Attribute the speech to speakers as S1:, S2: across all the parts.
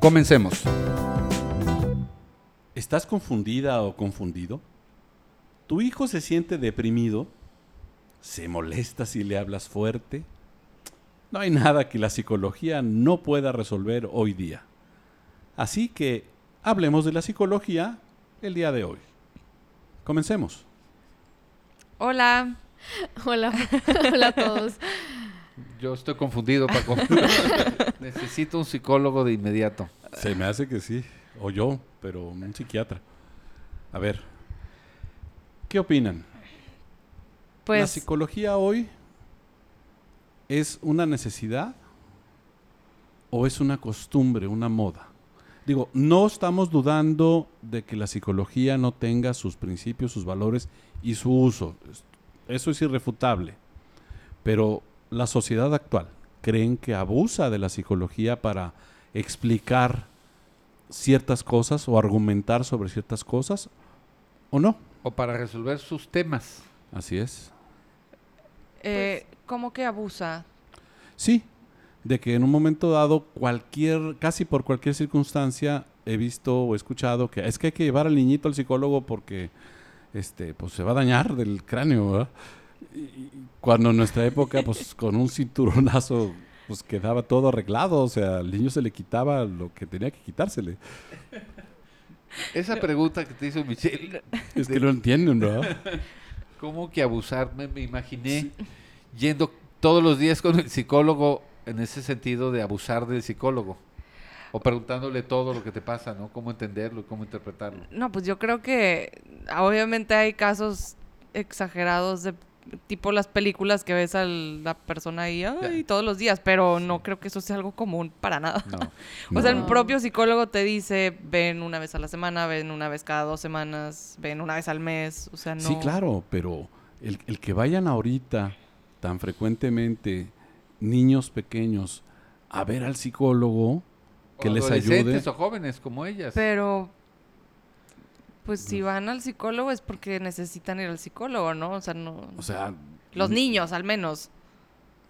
S1: Comencemos.
S2: ¿Estás confundida o confundido? ¿Tu hijo se siente deprimido? ¿Se molesta si le hablas fuerte? No hay nada que la psicología no pueda resolver hoy día. Así que hablemos de la psicología el día de hoy. Comencemos.
S3: Hola.
S4: Hola, hola a todos.
S5: Yo estoy confundido, Paco. Necesito un psicólogo de inmediato.
S2: Se me hace que sí, o yo, pero un psiquiatra. A ver, ¿qué opinan? ¿La
S3: Pues
S2: psicología hoy es una necesidad o es una costumbre, una moda? Digo, no estamos dudando de que la psicología no tenga sus principios, sus valores y su uso. Es- Eso es irrefutable. Pero la sociedad actual creen que abusa de la psicología para explicar ciertas cosas o argumentar sobre ciertas cosas o no.
S5: O para resolver sus temas.
S2: Así es.
S3: eh, ¿Cómo que abusa?
S2: Sí, de que en un momento dado, cualquier, casi por cualquier circunstancia, he visto o escuchado que es que hay que llevar al niñito al psicólogo porque este, pues se va a dañar del cráneo, ¿verdad? Y- y Cuando en nuestra época, pues con un cinturonazo, pues quedaba todo arreglado, o sea, al niño se le quitaba lo que tenía que quitársele.
S5: Esa pregunta que te hizo Michelle,
S2: Es que no entienden, ¿verdad?
S5: ¿cómo que abusarme? Me imaginé yendo todos los días con el psicólogo en ese sentido de abusar del psicólogo. O preguntándole todo lo que te pasa, ¿no? Cómo entenderlo y cómo interpretarlo.
S3: No, pues yo creo que ah, obviamente hay casos exagerados de tipo las películas que ves a la persona ahí ay, todos los días, pero no creo que eso sea algo común para nada.
S2: Mm,
S3: O sea, el
S4: No.
S3: propio psicólogo te dice, ven una vez a la semana, ven una vez cada dos semanas, ven una vez al mes, o sea, no.
S2: Sí, claro, pero el, el que vayan ahorita tan frecuentemente niños pequeños a ver al psicólogo que
S5: O
S2: les ayude.
S5: adolescentes o jóvenes como ellas.
S3: Pero, pues si van al psicólogo es porque necesitan ir al psicólogo, ¿no? O sea, no...
S2: O sea,
S3: los
S2: mm,
S3: niños, al menos.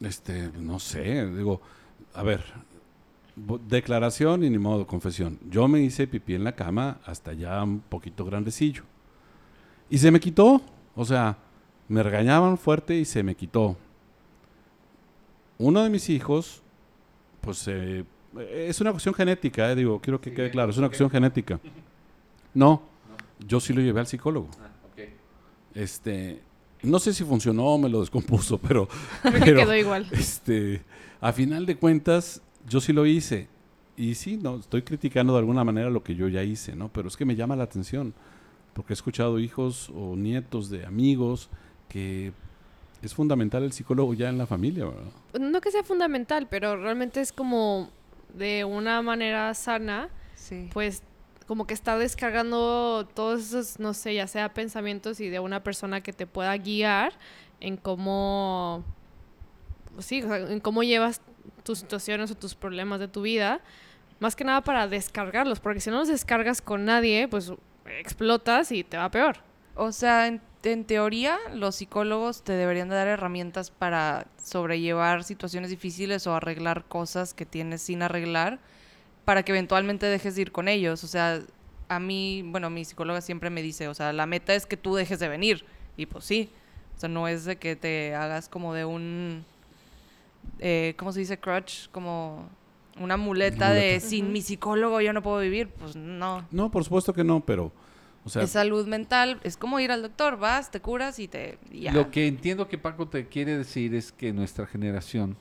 S2: Este, no sé, digo, a ver, bo- declaración y ni modo, confesión. Yo me hice pipí en la cama hasta ya un poquito grandecillo. Y se me quitó, o sea, me regañaban fuerte y se me quitó. Uno de mis hijos, pues eh, es una cuestión genética, eh, digo, quiero que
S5: Sí,
S2: quede
S5: gen-
S2: claro, es una
S5: gen-
S2: cuestión genética. No, yo sí lo llevé al psicólogo.
S5: Ah, ok.
S2: Este, no sé si funcionó o me lo descompuso, pero...
S4: Creo que
S2: pero-
S4: quedó igual.
S2: este, a final de cuentas, yo sí lo hice. Y sí, no, estoy criticando de alguna manera lo que yo ya hice, ¿no? Pero es que me llama la atención, porque he escuchado hijos o nietos de amigos que es fundamental el psicólogo ya en la familia, ¿verdad?
S4: No que sea fundamental, pero realmente es como de una manera sana,
S3: Sí.
S4: pues como que está descargando todos esos, no sé, ya sea pensamientos y de una persona que te pueda guiar en cómo, pues sí, o sea, en cómo llevas tus situaciones o tus problemas de tu vida, más que nada para descargarlos, porque si no los descargas con nadie, pues explotas y te va peor.
S3: O sea, en, en teoría, los psicólogos te deberían de dar herramientas para sobrellevar situaciones difíciles o arreglar cosas que tienes sin arreglar para que eventualmente dejes de ir con ellos. O sea, a mí, bueno, mi psicóloga siempre me dice, o sea, la meta es que tú dejes de venir. Y pues sí. O sea, no es de que te hagas como de un, eh, ¿cómo se dice? Crutch, como una muleta, de
S2: muleta.
S3: sin mi psicólogo yo no puedo vivir. Pues no.
S2: No, por supuesto que no, pero, o sea,
S3: Es salud mental, es como ir al doctor, vas, te curas y te y ya.
S5: Lo que entiendo que Paco te quiere decir es que nuestra generación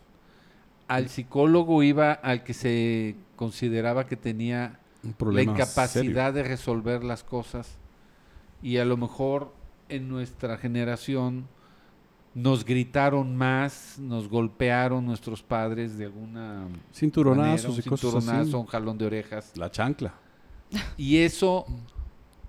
S5: al psicólogo iba al que se consideraba que tenía
S2: un
S5: la
S2: problema serio.
S5: incapacidad de resolver las cosas y a lo mejor en nuestra generación nos gritaron más, nos golpearon nuestros padres de alguna manera,
S2: Cinturonazos
S5: un
S2: y cosas así.
S5: cinturonazo, un jalón de orejas.
S2: La chancla.
S5: Y eso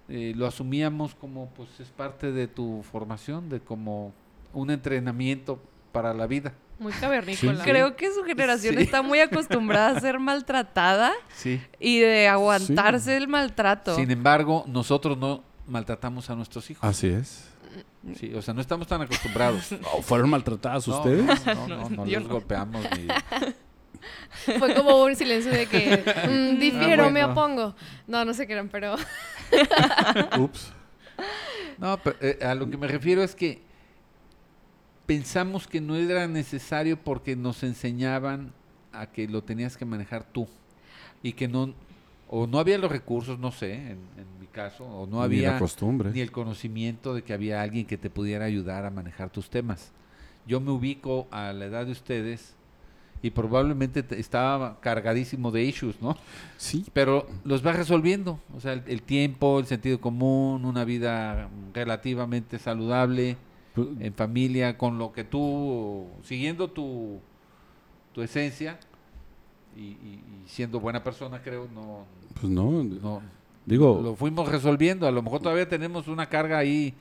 S5: eh, lo asumíamos como, pues, es parte de tu formación, de como un entrenamiento para la vida.
S1: Muy cavernícola.
S3: Creo que su generación
S5: Sí.
S3: está muy acostumbrada a ser maltratada
S5: Sí.
S3: y de aguantarse el maltrato.
S5: Sin e- embargo, nosotros no maltratamos a nuestros hijos.
S2: Así es.
S5: Sí, o sea, no estamos tan acostumbrados.
S2: ¿Fueron maltratadas
S5: No,
S2: ustedes?
S5: No, no, no, no
S3: yo
S5: los
S3: no.
S5: golpeamos ni...
S1: Fue como un silencio de que mm, difiero, me
S5: bueno.
S1: opongo. No, no se crean, pero
S2: Ups.
S5: No, pero, eh, a lo que me refiero es que pensamos que no era necesario porque nos enseñaban a que lo tenías que manejar tú y que no o no había los recursos, no sé, en, en mi caso, o no
S2: Ni
S5: había
S2: la costumbre.
S5: ni el conocimiento de que había alguien que te pudiera ayudar a manejar tus temas. Yo me ubico a la edad de ustedes y probablemente te- estaba cargadísimo de issues, ¿no?
S2: Sí.
S5: pero los vas resolviendo. O sea, el, el tiempo, el sentido común, una vida relativamente saludable,
S2: pues,
S5: en familia, con lo que tú, siguiendo tu, tu esencia y, y- y siendo buena persona, creo, no,
S2: Pues no.
S5: no
S2: Digo,
S5: lo fuimos resolviendo. A lo mejor todavía tenemos una carga ahí.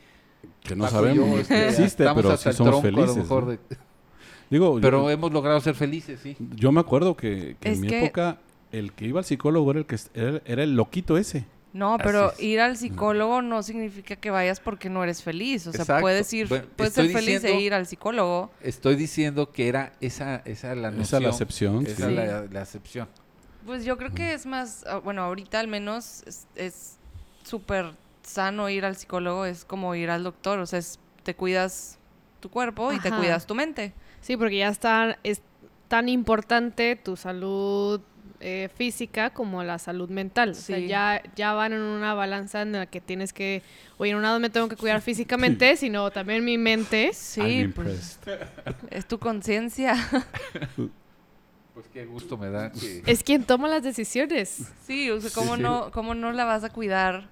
S2: que no
S5: Paco y
S2: sabemos
S5: yo,
S2: que
S5: este,
S2: existe,
S5: estamos
S2: pero
S5: hasta
S2: sí
S5: el
S2: somos
S5: tronco, a lo
S2: felices.
S5: mejor,
S2: ¿no?
S5: de-
S2: Digo, yo-
S5: pero eh, hemos logrado ser felices, sí.
S2: Yo me acuerdo que, que
S3: Es
S2: en mi
S3: que-
S2: época el que iba al psicólogo era el que est- era, era el loquito ese.
S3: No, pero
S2: Así es.
S3: ir al psicólogo no significa que vayas porque no eres feliz. O sea,
S5: Exacto.
S3: puedes ir,
S5: Bueno,
S3: puedes
S5: estoy
S3: ser feliz e
S5: diciendo-
S3: ir al psicólogo.
S5: Estoy diciendo que era esa, esa la
S2: Esa
S5: noción.
S2: la acepción.
S5: Esa
S3: sí.
S5: la, la acepción.
S3: Pues yo creo que es más, ah, bueno, ahorita al menos es- es súper sano ir al psicólogo, es como ir al doctor, o sea, es- te cuidas tu cuerpo y te
S1: Ajá.
S3: cuidas tu mente.
S1: sí, porque ya está es tan importante tu salud eh, física como la salud mental. O sea,
S3: Sí.
S1: ya, ya van en una balanza en la que tienes que, oye, en un lado me tengo que cuidar físicamente, sino también mi mente.
S3: Sí, pues, es tu conciencia.
S5: Pues qué gusto me da que...
S1: Es quien toma las decisiones.
S3: Sí, o sea, ¿cómo,
S5: sí.
S3: No, ¿cómo no la vas a cuidar?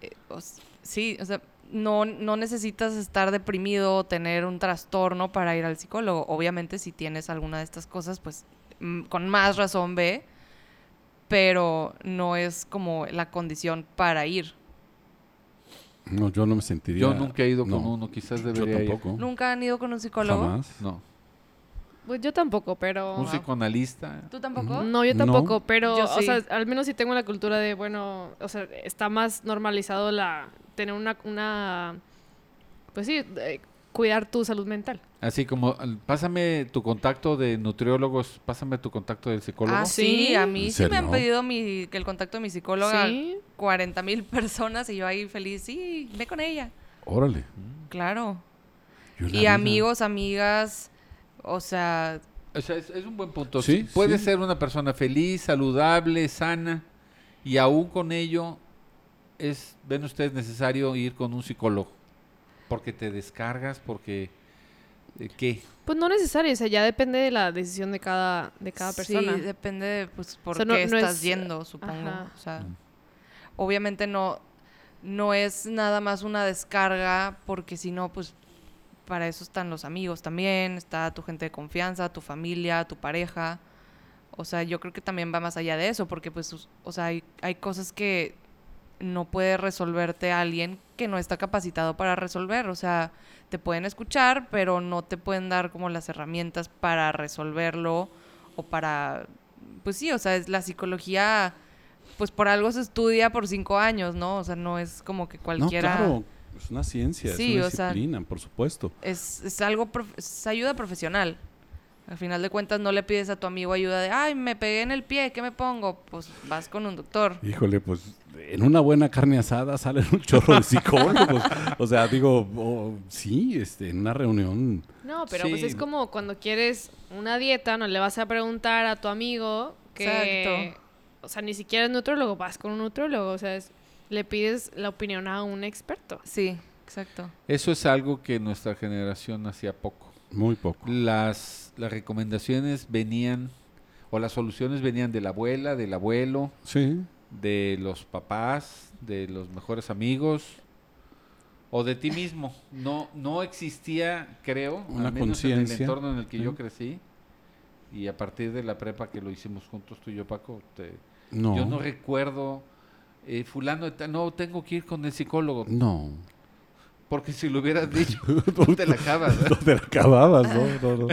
S3: Eh, o s- sí, o sea, no, no necesitas estar deprimido o tener un trastorno para ir al psicólogo. Obviamente, si tienes alguna de estas cosas, pues mm, con más razón ve, pero no es como la condición para ir.
S2: No, yo no me sentiría.
S5: Yo nunca he ido con
S2: no,
S5: uno, quizás
S2: Yo
S5: debería ir.
S2: tampoco.
S3: ¿Nunca han ido con un psicólogo?
S2: Jamás.
S5: No,
S1: Pues yo tampoco, pero...
S5: un psicoanalista.
S3: ¿Tú tampoco?
S1: No, yo
S2: No.
S1: tampoco, pero
S3: Yo
S1: o
S3: sí.
S1: sea, al menos sí tengo la cultura de, bueno, o sea, está más normalizado la tener una una pues sí, eh, cuidar tu salud mental.
S5: Así como, al- pásame tu contacto de nutriólogos, pásame tu contacto del psicólogo.
S3: Ah, sí,
S1: ¿Sí?
S3: a mí
S2: ¿En
S3: sí me han
S2: serio?
S3: pedido mi, que el contacto de mi psicóloga
S1: Sí.
S3: 40 mil personas y yo ahí feliz, sí, ve con ella.
S2: Órale.
S3: Claro.
S2: Yo la
S3: Y
S2: vida.
S3: amigos, amigas, o sea,
S5: O sea, es, es un buen punto.
S2: Sí,
S5: Puede
S2: sí.
S5: ser una persona feliz, saludable, sana, y aún con ello, es, ven ustedes, necesario ir con un psicólogo. Porque te descargas, porque... eh, ¿Qué?
S1: Pues no necesario, o sea, ya depende de la decisión de cada de cada persona.
S3: sí, depende de pues,
S1: O
S3: por
S1: sea,
S3: qué
S1: no- no
S3: estás
S1: es-
S3: yendo, supongo.
S1: Ajá.
S2: Mm.
S3: pues, pues, pues
S2: No, claro. Es una ciencia,
S3: Sí,
S2: es una
S3: o sea-
S2: disciplina, por supuesto.
S3: Es, es algo, prof- es ayuda profesional. Al final de cuentas no le pides a tu amigo ayuda de, ay, me pegué en el pie, ¿qué me pongo? Pues vas con un doctor.
S2: Híjole, pues en una buena carne asada salen un chorro de psicólogos. o sea, digo, oh, sí, este, en una reunión.
S1: No, pero pues
S5: Sí.
S1: es como cuando quieres una dieta, no le vas a preguntar a tu amigo que
S3: Exacto.
S1: o sea, ni siquiera es nutrólogo, vas con un nutrólogo, o sea, es- le pides la opinión a un experto.
S3: Sí, exacto.
S5: Eso es algo que nuestra generación hacía poco.
S2: Muy poco.
S5: Las, las recomendaciones venían, o las soluciones venían de la abuela, del abuelo,
S2: Sí.
S5: de los papás, de los mejores amigos. o de ti mismo. No, no existía, creo,
S2: Una
S5: al menos en el
S2: conciencia.
S5: entorno en el que yo
S2: Sí.
S5: crecí. Y a partir de la prepa que lo hicimos juntos tú y yo, Paco, te-
S2: No.
S5: yo no recuerdo, eh, fulano, de tal, no, tengo que ir con el psicólogo,
S2: No.
S5: porque si lo hubieras dicho, tú te la acabas. ¿verdad?
S2: No te la acababas, ¿no? No, no.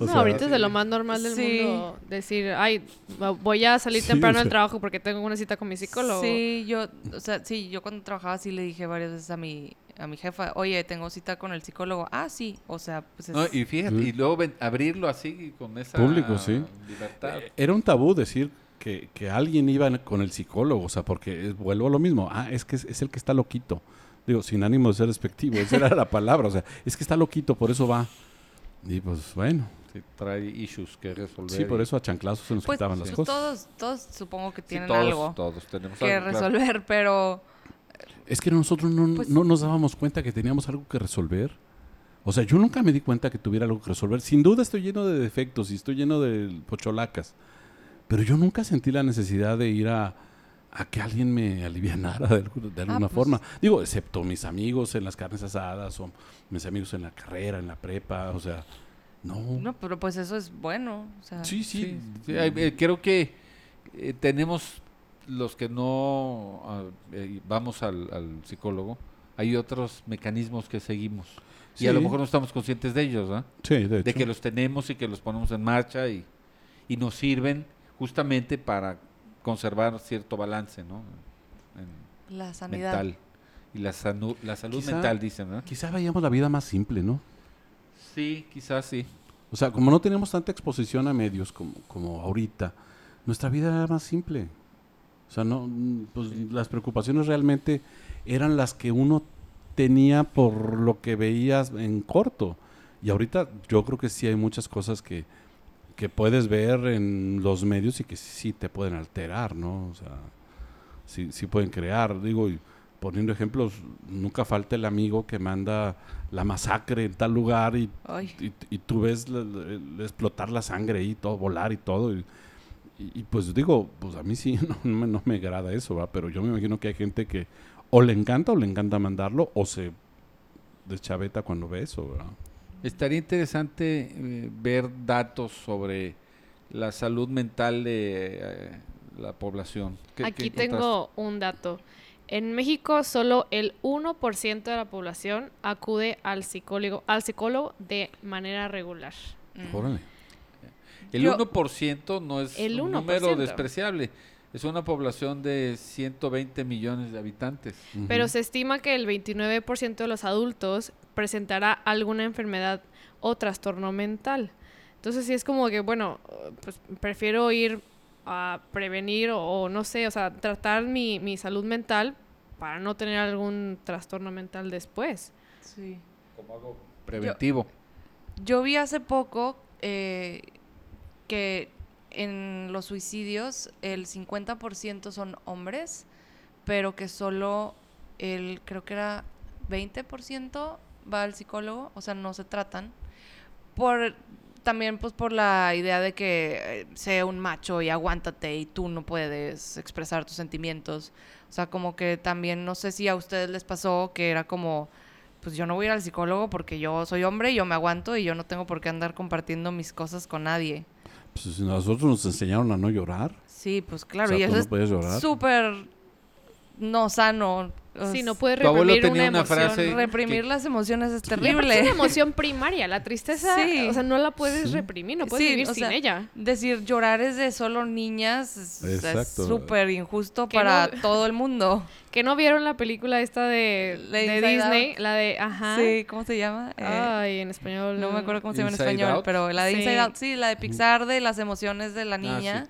S2: O
S4: No,
S2: sea,
S4: ahorita es de lo más normal del
S3: Sí.
S4: mundo decir, ay, va- voy a salir
S2: Sí,
S4: temprano
S2: o
S4: del
S2: sea.
S4: trabajo porque tengo una cita con mi psicólogo.
S3: Sí, yo, o sea, sí, yo cuando trabajaba sí le dije varias veces a mi, a mi jefa, oye, tengo cita con el psicólogo. Ah, sí, o sea, pues es...
S5: No, y fíjate,
S2: Mm.
S5: y luego ven- abrirlo así con esa
S2: Público, sí.
S5: libertad.
S3: Eh,
S2: eh, Era un tabú decir que, que alguien iba con el psicólogo, o sea, porque eh, vuelvo a lo mismo. Ah, es que es, es el que está loquito. Digo, sin ánimo de ser despectivo, esa era la palabra, o sea, es que está loquito, por eso va. Y pues bueno,
S5: Sí, trae issues que resolver.
S2: sí, por
S5: y-
S2: eso a chanclazos se nos
S3: pues,
S2: quitaban las
S3: pues,
S2: cosas.
S3: todos, todos supongo que
S5: Sí,
S3: tienen
S5: todos,
S3: algo
S5: Todos tenemos
S3: que
S5: algo, claro.
S3: resolver, pero
S2: Es que nosotros no,
S3: Pues-
S2: no nos dábamos cuenta que teníamos algo que resolver. O sea, yo nunca me di cuenta que tuviera algo que resolver. Sin duda estoy lleno de defectos y estoy lleno de pocholacas. Pero yo nunca sentí la necesidad de ir a, a que alguien me alivianara de, algu- de alguna
S3: pues.
S2: forma. Digo, excepto mis amigos en las carnes asadas o mis amigos en la carrera, en la prepa. O sea, no.
S3: no, pero pues eso es bueno. O sea,
S2: Sí, sí.
S5: Sí, sí, hay- eh, creo que eh, tenemos los que no ah, eh, vamos al, al psicólogo, hay otros mecanismos que seguimos. Y a
S2: Sí.
S5: lo mejor no estamos conscientes de ellos, ¿ah?
S2: Sí, de
S5: de
S2: hecho.
S5: que los tenemos y que los ponemos en marcha y, y nos sirven justamente para conservar cierto balance ¿no? En-
S3: la sanidad.
S5: mental. Y la, sanu- la salud
S2: Quizá-
S5: mental, dicen, ¿no?
S2: Quizá veíamos la vida más simple, ¿no?
S5: Sí, quizás sí.
S2: O sea, como no teníamos tanta exposición a medios como, como ahorita, nuestra vida era más simple. O sea, no, mm, pues las preocupaciones realmente eran las que uno tenía por lo que veías en corto. Y ahorita yo creo que sí hay muchas cosas que, que puedes ver en los medios y que sí te pueden alterar, ¿no? O sea, sí, sí pueden crear. Digo, y poniendo ejemplos, nunca falta el amigo que manda la masacre en tal lugar y
S3: Ay,
S2: y, y tú ves la- la- el explotar la sangre y todo, volar y todo. Y, y- y pues digo, pues a mí sí, no, me, no me agrada eso, ¿va? Pero yo me imagino que hay gente que o le encanta o le encanta mandarlo o se deschaveta cuando ve eso, ¿verdad?
S5: Estaría interesante eh, ver datos sobre la salud mental de eh, la población. ¿Qué- qué
S4: Aquí
S5: encontraste?
S4: tengo un dato. En México, solo el 1% de la población acude al psicólogo, al psicólogo de manera regular.
S3: mm.
S2: Órale.
S5: El
S3: Yo-
S5: 1% no es
S4: El
S5: un número
S4: 1%.
S5: despreciable. Es una población de 120 millones de habitantes.
S4: Pero se estima que el 29% de los adultos presentará alguna enfermedad o trastorno mental. Entonces sí es como que, bueno, eh, pues prefiero ir a prevenir o, o no sé, o sea, tratar mi, mi salud mental para no tener algún trastorno mental después.
S3: Sí.
S5: Como algo preventivo.
S3: Yo vi hace poco eh, que en los suicidios el 50% son hombres, pero que solo el, creo que era 20% va al psicólogo, o sea, no se tratan. Por, también pues por la idea de que eh, sé un macho y aguántate y tú no puedes expresar tus sentimientos. O sea, como que también no sé si a ustedes les pasó que era como pues yo no voy a ir al psicólogo porque yo soy hombre y yo me aguanto y yo no tengo por qué andar compartiendo mis cosas con nadie.
S2: Pues nosotros nos enseñaron a no llorar.
S3: Sí, pues claro,
S2: O sea,
S3: y
S2: tú no
S3: eso
S2: puedes
S3: es
S2: llorar.
S3: súper no sano. O
S4: Sí, no
S3: sea,
S4: puedes
S5: Tu abuelo
S4: reprimir
S5: tenía
S4: una,
S5: una
S4: emoción.
S5: frase-
S3: reprimir las emociones es
S4: Y aparte es
S3: terrible.
S4: una emoción primaria, la tristeza,
S3: Sí.
S4: o sea, no la puedes
S2: Sí.
S4: reprimir, no puedes
S3: Sí,
S4: vivir
S3: o
S4: sin
S3: sea,
S4: ella.
S3: Decir llorar es de solo niñas es- es
S2: Exacto.
S3: súper injusto
S4: Que
S3: para
S4: no-
S3: todo el mundo.
S4: Que no vieron la película esta de,
S3: La
S4: de
S3: Inside
S4: Disney,
S3: Out.
S4: la de, ajá,
S3: Sí, ¿cómo se llama? Eh,
S4: ay, en español,
S3: no me acuerdo cómo se llama en
S5: Inside
S3: español,
S5: Out.
S3: pero la de
S4: Sí.
S3: Inside Out, sí, la de Pixar de las emociones de la
S2: Ah,
S3: niña.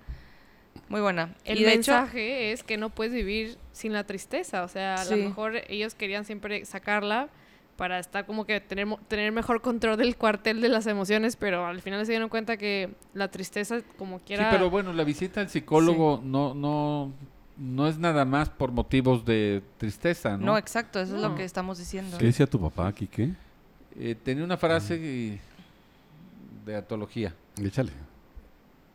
S3: Muy buena.
S4: El
S3: y de hecho,
S4: mensaje es que no puedes vivir sin la tristeza. O sea, a
S3: Sí.
S4: lo mejor ellos querían siempre sacarla para estar como que tener, mo- tener mejor control del cuartel de las emociones, pero al final se dieron cuenta que la tristeza como
S5: Sí,
S4: quiera...
S5: pero bueno, la visita al psicólogo no, no, no es nada más por motivos de tristeza, ¿no?
S3: no, exacto, eso es lo
S4: No.
S3: que estamos diciendo.
S2: ¿Qué decía tu papá, Quique?
S5: Eh, tenía una frase y- de atología.
S2: Échale.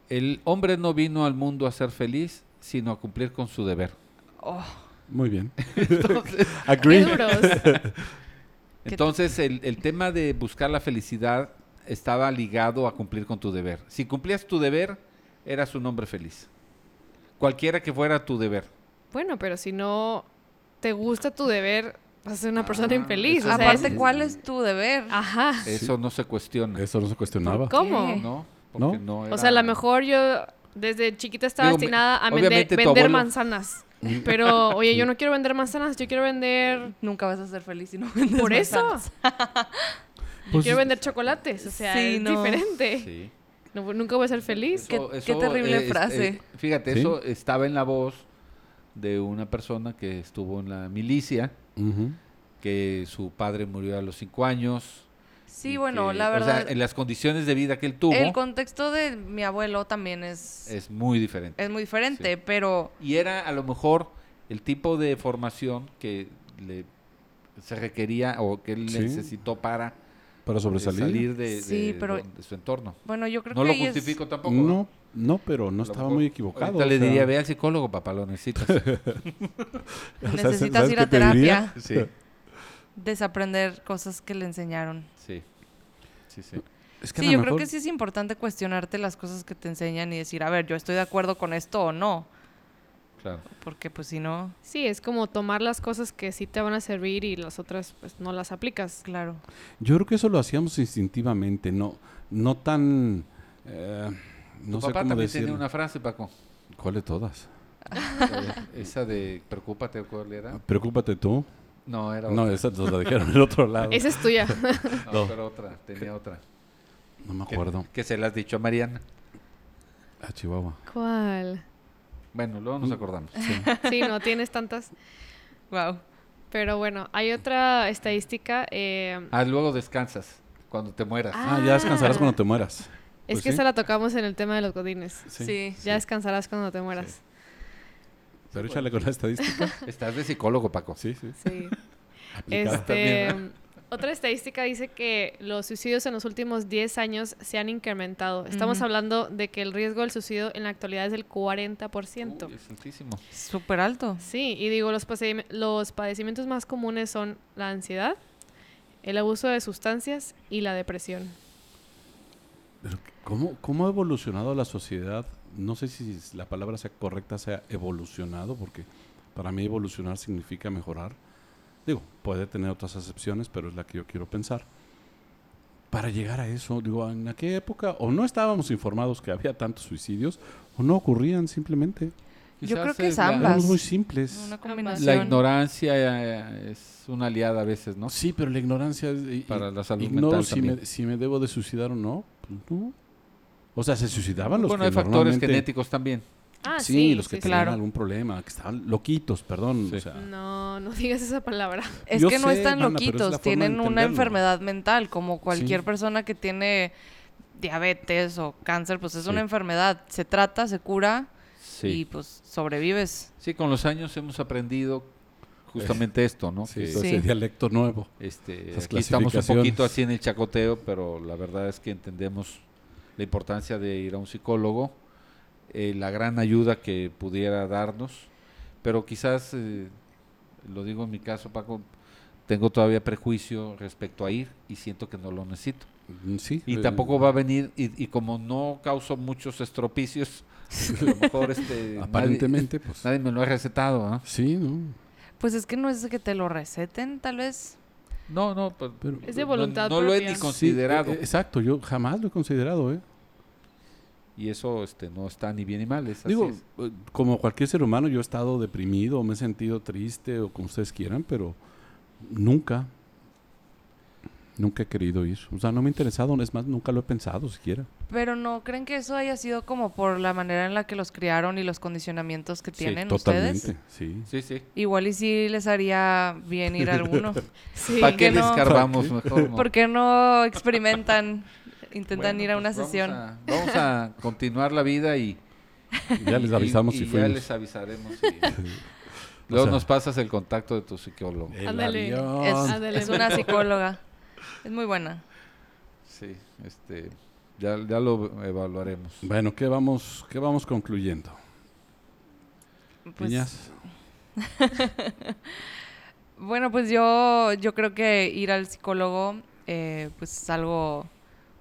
S5: El hombre no vino al mundo a ser feliz, sino a cumplir con su deber.
S3: Oh.
S2: Muy bien.
S4: Qué duros.
S3: ¿Qué tal?
S5: Entonces, el, el tema de buscar la felicidad estaba ligado a cumplir con tu deber. Si cumplías tu deber, eras un hombre feliz. Cualquiera que fuera tu deber.
S4: Bueno, pero si no te gusta tu deber, vas a ser una persona
S5: Ah,
S4: infeliz.
S5: eso
S4: o sea,
S3: Aparte,
S4: es-
S3: ¿cuál es tu deber?
S4: Ah. Ajá.
S5: Eso no se cuestiona.
S2: Eso no se cuestionaba.
S4: ¿Cómo?
S5: ¿No? Porque no
S4: O
S5: era-
S4: sea, a lo mejor yo desde chiquita estaba
S5: Digo, me-
S4: destinada a vender,
S5: obviamente tu
S4: vender
S5: abuelo-
S4: manzanas. Pero, oye, yo no quiero vender manzanas, yo quiero vender...
S3: Nunca vas a ser feliz si no vendes
S4: Por eso,
S3: manzanas.
S2: Pues,
S4: quiero vender chocolates. O sea,
S3: Sí,
S4: es
S3: no.
S4: diferente.
S5: Sí.
S4: No- pues, nunca voy a ser feliz.
S3: Qué- qué terrible
S5: es-
S3: frase.
S5: eh, fíjate,
S2: Sí.
S5: eso estaba en la voz de una persona que estuvo en la milicia,
S2: ujú.
S5: que su padre murió a los cinco años.
S3: Sí,
S5: y
S3: bueno,
S5: que-
S3: la verdad.
S5: O sea, en las condiciones de vida que él tuvo
S3: el contexto de mi abuelo también es, es,
S5: es muy diferente.
S3: muy diferente, pero
S5: Y era a lo mejor el tipo de formación que le se requería o que él
S2: Sí.
S5: necesitó para
S2: Para
S5: eh,
S2: sobresalir.
S5: salir de, de-
S3: Sí, pero-
S5: de su entorno.
S3: bueno, yo creo
S5: No
S3: que
S5: lo
S3: ahí es-
S5: justifico tampoco.
S2: No, no, pero no
S5: A lo
S2: estaba
S5: mejor
S2: muy equivocado.
S5: Ahorita
S2: o
S5: le
S2: sea,
S5: diría, ve al psicólogo, papá, lo necesitas.
S3: necesitas ir a
S2: qué te diría?
S3: terapia,
S5: sí,
S3: desaprender cosas que le enseñaron.
S5: sí. Sí, sí.
S2: Es que a
S3: Sí,
S2: lo
S3: yo creo
S2: mejor-
S3: que sí es importante cuestionarte las cosas que te enseñan y decir, a ver, yo estoy de acuerdo con esto o no,
S5: Claro.
S3: porque pues si no,
S4: Sí, es como tomar las cosas que sí te van a servir y las otras pues no las aplicas.
S3: claro.
S2: Yo creo que eso lo hacíamos instintivamente, no, no tan... eh, no
S5: tu
S2: sé
S5: papá
S2: cómo
S5: también
S2: decir.
S5: tenía una frase, Paco.
S2: ¿Cuál de todas?
S5: Esa de preocúpate, ¿cuál era?
S2: Preocúpate tú.
S5: No, era
S2: Ah.
S5: Ah.
S2: No,
S5: otra.
S2: esa nos la dejaron del otro lado.
S4: Esa es tuya.
S5: No,
S2: no.
S5: pero otra, tenía otra.
S2: No me
S5: Que-
S2: acuerdo.
S5: Que se la has dicho a Mariana.
S2: A Chihuahua.
S4: ¿Cuál?
S5: Bueno, luego nos acordamos.
S4: Sí, no tienes tantas.
S3: Wow.
S4: Pero bueno, hay otra estadística. eh,
S5: Ah, luego descansas cuando te mueras.
S2: Ah, ya descansarás cuando te mueras.
S4: es
S2: pues
S4: que
S2: sí.
S4: esa la tocamos en el tema de los godines.
S3: Sí.
S4: Ya descansarás cuando te mueras.
S2: Pero échale con la estadística.
S5: Estás de psicólogo, Paco.
S2: Sí, sí.
S4: Sí.
S2: Aplicada
S4: Este, otra estadística dice que los suicidios en los últimos 10 años se han incrementado. Estamos
S3: Ujú.
S4: hablando de que el riesgo del suicidio en la actualidad es del 40%.
S5: Uy, es altísimo.
S3: Súper alto.
S4: Sí, y digo, los, pasei- los padecimientos más comunes son la ansiedad, el abuso de sustancias y la depresión.
S2: Pero ¿cómo, ¿Cómo ha evolucionado la sociedad? No sé si la palabra sea correcta, sea evolucionado, porque para mí evolucionar significa mejorar. Digo, puede tener otras acepciones, pero es la que yo quiero pensar. Para llegar a eso, digo, en aquella época o no estábamos informados que había tantos suicidios, o no ocurrían simplemente.
S3: Yo creo
S5: Quizás
S3: que es
S5: la-
S3: ambas.
S2: Éramos muy simples.
S3: Una
S5: La
S3: combinación.
S5: ignorancia eh, es una aliada a veces, ¿no?
S2: Sí, pero la ignorancia... es- y-
S5: Para la salud
S2: ignoro
S5: mental
S2: si
S5: también.
S2: me, si me debo de suicidar o no. Pues no. O sea, se suicidaban los
S5: Bueno,
S2: que
S5: hay factores
S2: normalmente-
S5: genéticos también.
S4: Ah,
S2: sí,
S4: sí,
S2: los que
S4: sí, Mm, sí.
S2: tenían
S3: Claro.
S2: algún problema, que estaban loquitos, perdón.
S5: Sí.
S2: o sea,
S4: No, no digas esa palabra.
S3: Es
S2: Yo
S3: que no
S2: sé,
S3: están
S2: mana, pero es la
S3: loquitos,
S2: forma de
S3: tienen una
S2: entenderlo.
S3: enfermedad mental, como cualquier
S2: Sí.
S3: persona que tiene diabetes o cáncer, pues es una
S2: Sí.
S3: enfermedad, se trata, se cura
S5: Sí.
S3: y pues sobrevives.
S5: Sí, con los años hemos aprendido justamente esto, ¿no?
S2: sí,
S5: Que,
S2: todo
S3: Sí.
S2: ese dialecto nuevo.
S5: este,
S2: Esas
S5: aquí estamos un
S2: clasificaciones.
S5: poquito así en el chacoteo, pero la verdad es que entendemos la importancia de ir a un psicólogo, eh, la gran ayuda que pudiera darnos, pero quizás, eh, lo digo en mi caso, Paco, tengo todavía prejuicio respecto a ir y siento que no lo necesito.
S2: Mm, Sí,
S5: Y
S2: eh,
S5: tampoco va a venir, y, y como no causo muchos estropicios, a lo mejor este, nadie,
S2: Aparentemente, pues.
S5: nadie me lo ha recetado. ¿ah?
S2: Sí, ¿no?
S3: Pues es que no es que te lo receten, tal vez.
S5: No, no, pero-
S2: Pero-
S4: Es de
S5: no-
S4: voluntad
S5: No, lo he
S4: propia.
S5: ni
S4: Sí,
S5: considerado.
S2: Sí, eh, exacto, yo jamás lo he considerado, ¿eh?
S5: Y eso este, no está ni bien ni mal. Es así
S2: Digo,
S5: es.
S2: eh, como cualquier ser humano, yo he estado deprimido, me he sentido triste, o como ustedes quieran, pero nunca, nunca he querido ir. O sea, no me ha interesado, es más, nunca lo he pensado siquiera.
S3: Pero no creen que eso haya sido como por la manera en la que los criaron y los condicionamientos que tienen
S2: Totalmente,
S3: ustedes.
S2: sí.
S5: Sí, sí.
S3: Igual y sí les haría bien ir a alguno.
S4: Sí.
S5: ¿Para qué
S3: que
S5: le
S3: no-
S5: escarbamos mejor? no?
S3: ¿Por qué no experimentan, intentan
S5: Bueno,
S3: ir a
S5: pues
S3: una
S5: vamos
S3: sesión?
S5: a- Vamos a, continuar la vida y.
S2: Ya les
S5: y-
S2: avisamos
S5: y
S2: si
S5: Ya
S2: fuimos.
S5: les avisaremos. y- Luego
S2: sea- eh.
S5: nos pasas el contacto de tu psicólogo.
S2: El
S4: Ándale.
S3: Es,
S2: avión.
S4: Ándale,
S3: es una
S4: mejor.
S3: psicóloga. Es muy buena.
S5: Sí, este. Ya, ya lo evaluaremos.
S2: Bueno, ¿qué vamos, qué vamos concluyendo?
S3: Pues,
S2: Niñas,
S3: Bueno, pues yo, yo creo que ir al psicólogo eh, pues es algo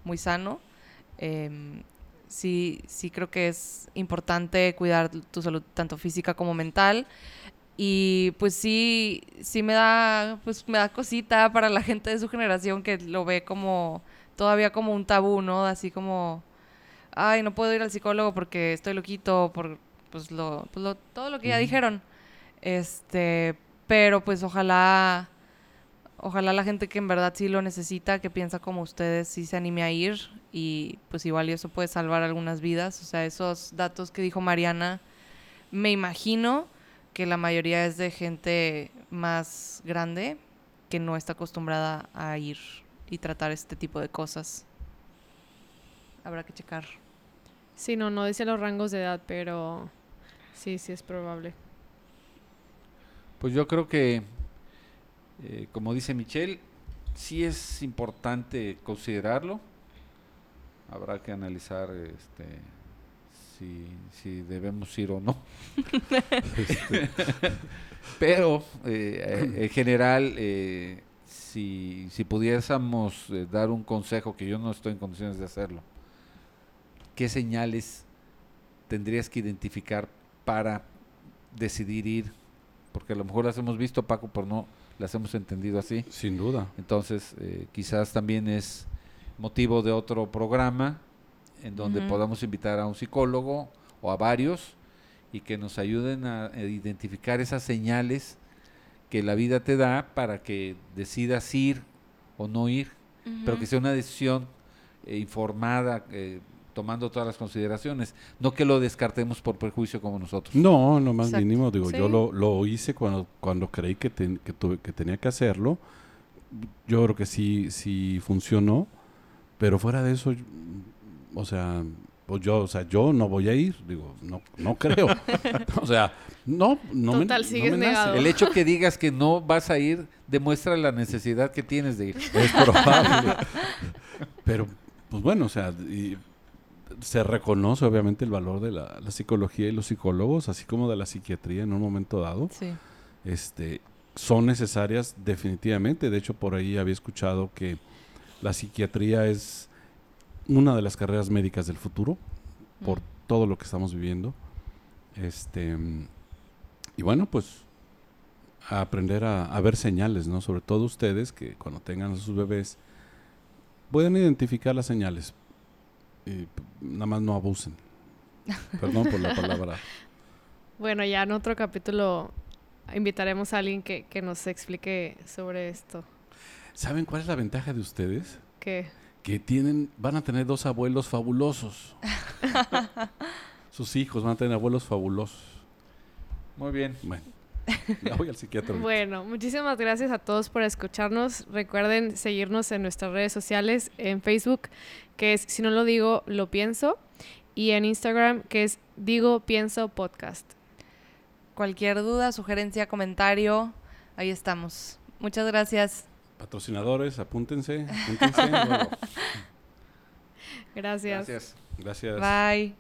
S3: muy sano. Em, sí, sí creo que es importante cuidar tu salud tanto física como mental. Y pues sí, sí me da, pues me da cosita para la gente de su generación que lo ve como todavía como un tabú, ¿no? Así como, ay, no puedo ir al psicólogo porque estoy loquito, por pues lo, pues, lo- todo lo que ya dijeron. Este, pero pues ojalá, ojalá la gente que en verdad sí lo necesita, que piensa como ustedes, sí se anime a ir y pues igual y eso puede salvar algunas vidas. O sea, esos datos que dijo Mariana, me imagino que la mayoría es de gente más grande que no está acostumbrada a ir y tratar este tipo de cosas. Habrá que checar.
S4: Sí, no, no dice los rangos de edad, pero sí, sí es probable.
S5: Pues yo creo que, eh, como dice Michelle, sí es importante considerarlo. Habrá que analizar este, si, si debemos ir o no. Este, Pero eh, eh, en general, eh, si, si pudiésemos eh, dar un consejo, que yo no estoy en condiciones de hacerlo, ¿qué señales tendrías que identificar para decidir ir? Porque a lo mejor las hemos visto, Paco, pero no las hemos entendido así.
S2: Sin duda.
S5: Entonces, eh, quizás también es motivo de otro programa en donde
S3: Ujú.
S5: podamos invitar a un psicólogo o a varios y que nos ayuden a eh, identificar esas señales que la vida te da para que decidas ir o no ir, pero que sea una decisión eh, informada, eh, tomando todas las consideraciones, no que lo descartemos por prejuicio como nosotros.
S2: No, no más
S3: Exacto.
S2: mínimo. Digo, yo
S3: Sí.
S2: lo, lo hice cuando, cuando creí que, ten- que, tuve- que tenía que hacerlo. Yo creo que sí, sí funcionó. Pero fuera de eso, yo- o sea, pues yo, o sea, yo no voy a ir. Digo, no, no creo. o sea, no, no me-
S4: Total,
S2: no
S4: sigues
S2: me nace.
S4: negado.
S5: El hecho que digas que no vas a ir demuestra la necesidad que tienes de ir.
S2: Es probable. Pero, pues bueno, o sea, y se reconoce obviamente el valor de la, la psicología y los psicólogos, así como de la psiquiatría en un momento dado.
S3: Sí.
S2: Este, son necesarias definitivamente. De hecho, por ahí había escuchado que la psiquiatría es una de las carreras médicas del futuro por
S3: Mm.
S2: todo lo que estamos viviendo. Este, mm, y bueno, pues a aprender a, a ver señales, ¿no? Sobre todo ustedes que cuando tengan a sus bebés pueden identificar las señales. Y, p- nada más no abusen. Perdón por la palabra.
S4: Bueno, ya en otro capítulo invitaremos a alguien que, que nos explique sobre esto.
S2: ¿Saben cuál es la ventaja de ustedes?
S4: Que
S2: que tienen, van a tener dos abuelos fabulosos. Sus hijos van a tener abuelos fabulosos.
S5: Muy bien.
S2: Bueno, ya voy al psiquiatra. ahorita.
S4: Bueno, muchísimas gracias a todos por escucharnos. Recuerden seguirnos en nuestras redes sociales, en Facebook, que es Si no lo digo, lo pienso, y en Instagram, que es Digo Pienso Podcast.
S3: Cualquier duda, sugerencia, comentario, ahí estamos. Muchas gracias.
S2: Patrocinadores, apúntense. apúntense. Luego,
S4: Gracias.
S5: Gracias.
S2: Gracias.
S3: Bye.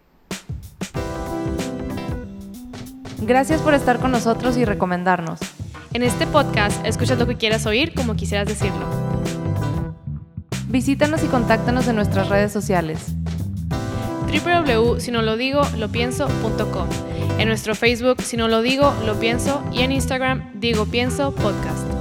S3: Gracias por estar con nosotros y recomendarnos.
S4: En este podcast, escucha lo que quieras oír como quisieras decirlo.
S3: Visítanos y contáctanos en nuestras redes sociales.
S4: www.sinolodigolopienso.com En nuestro Facebook, Si no lo digo, lo pienso, y en Instagram, Digo Pienso Podcast.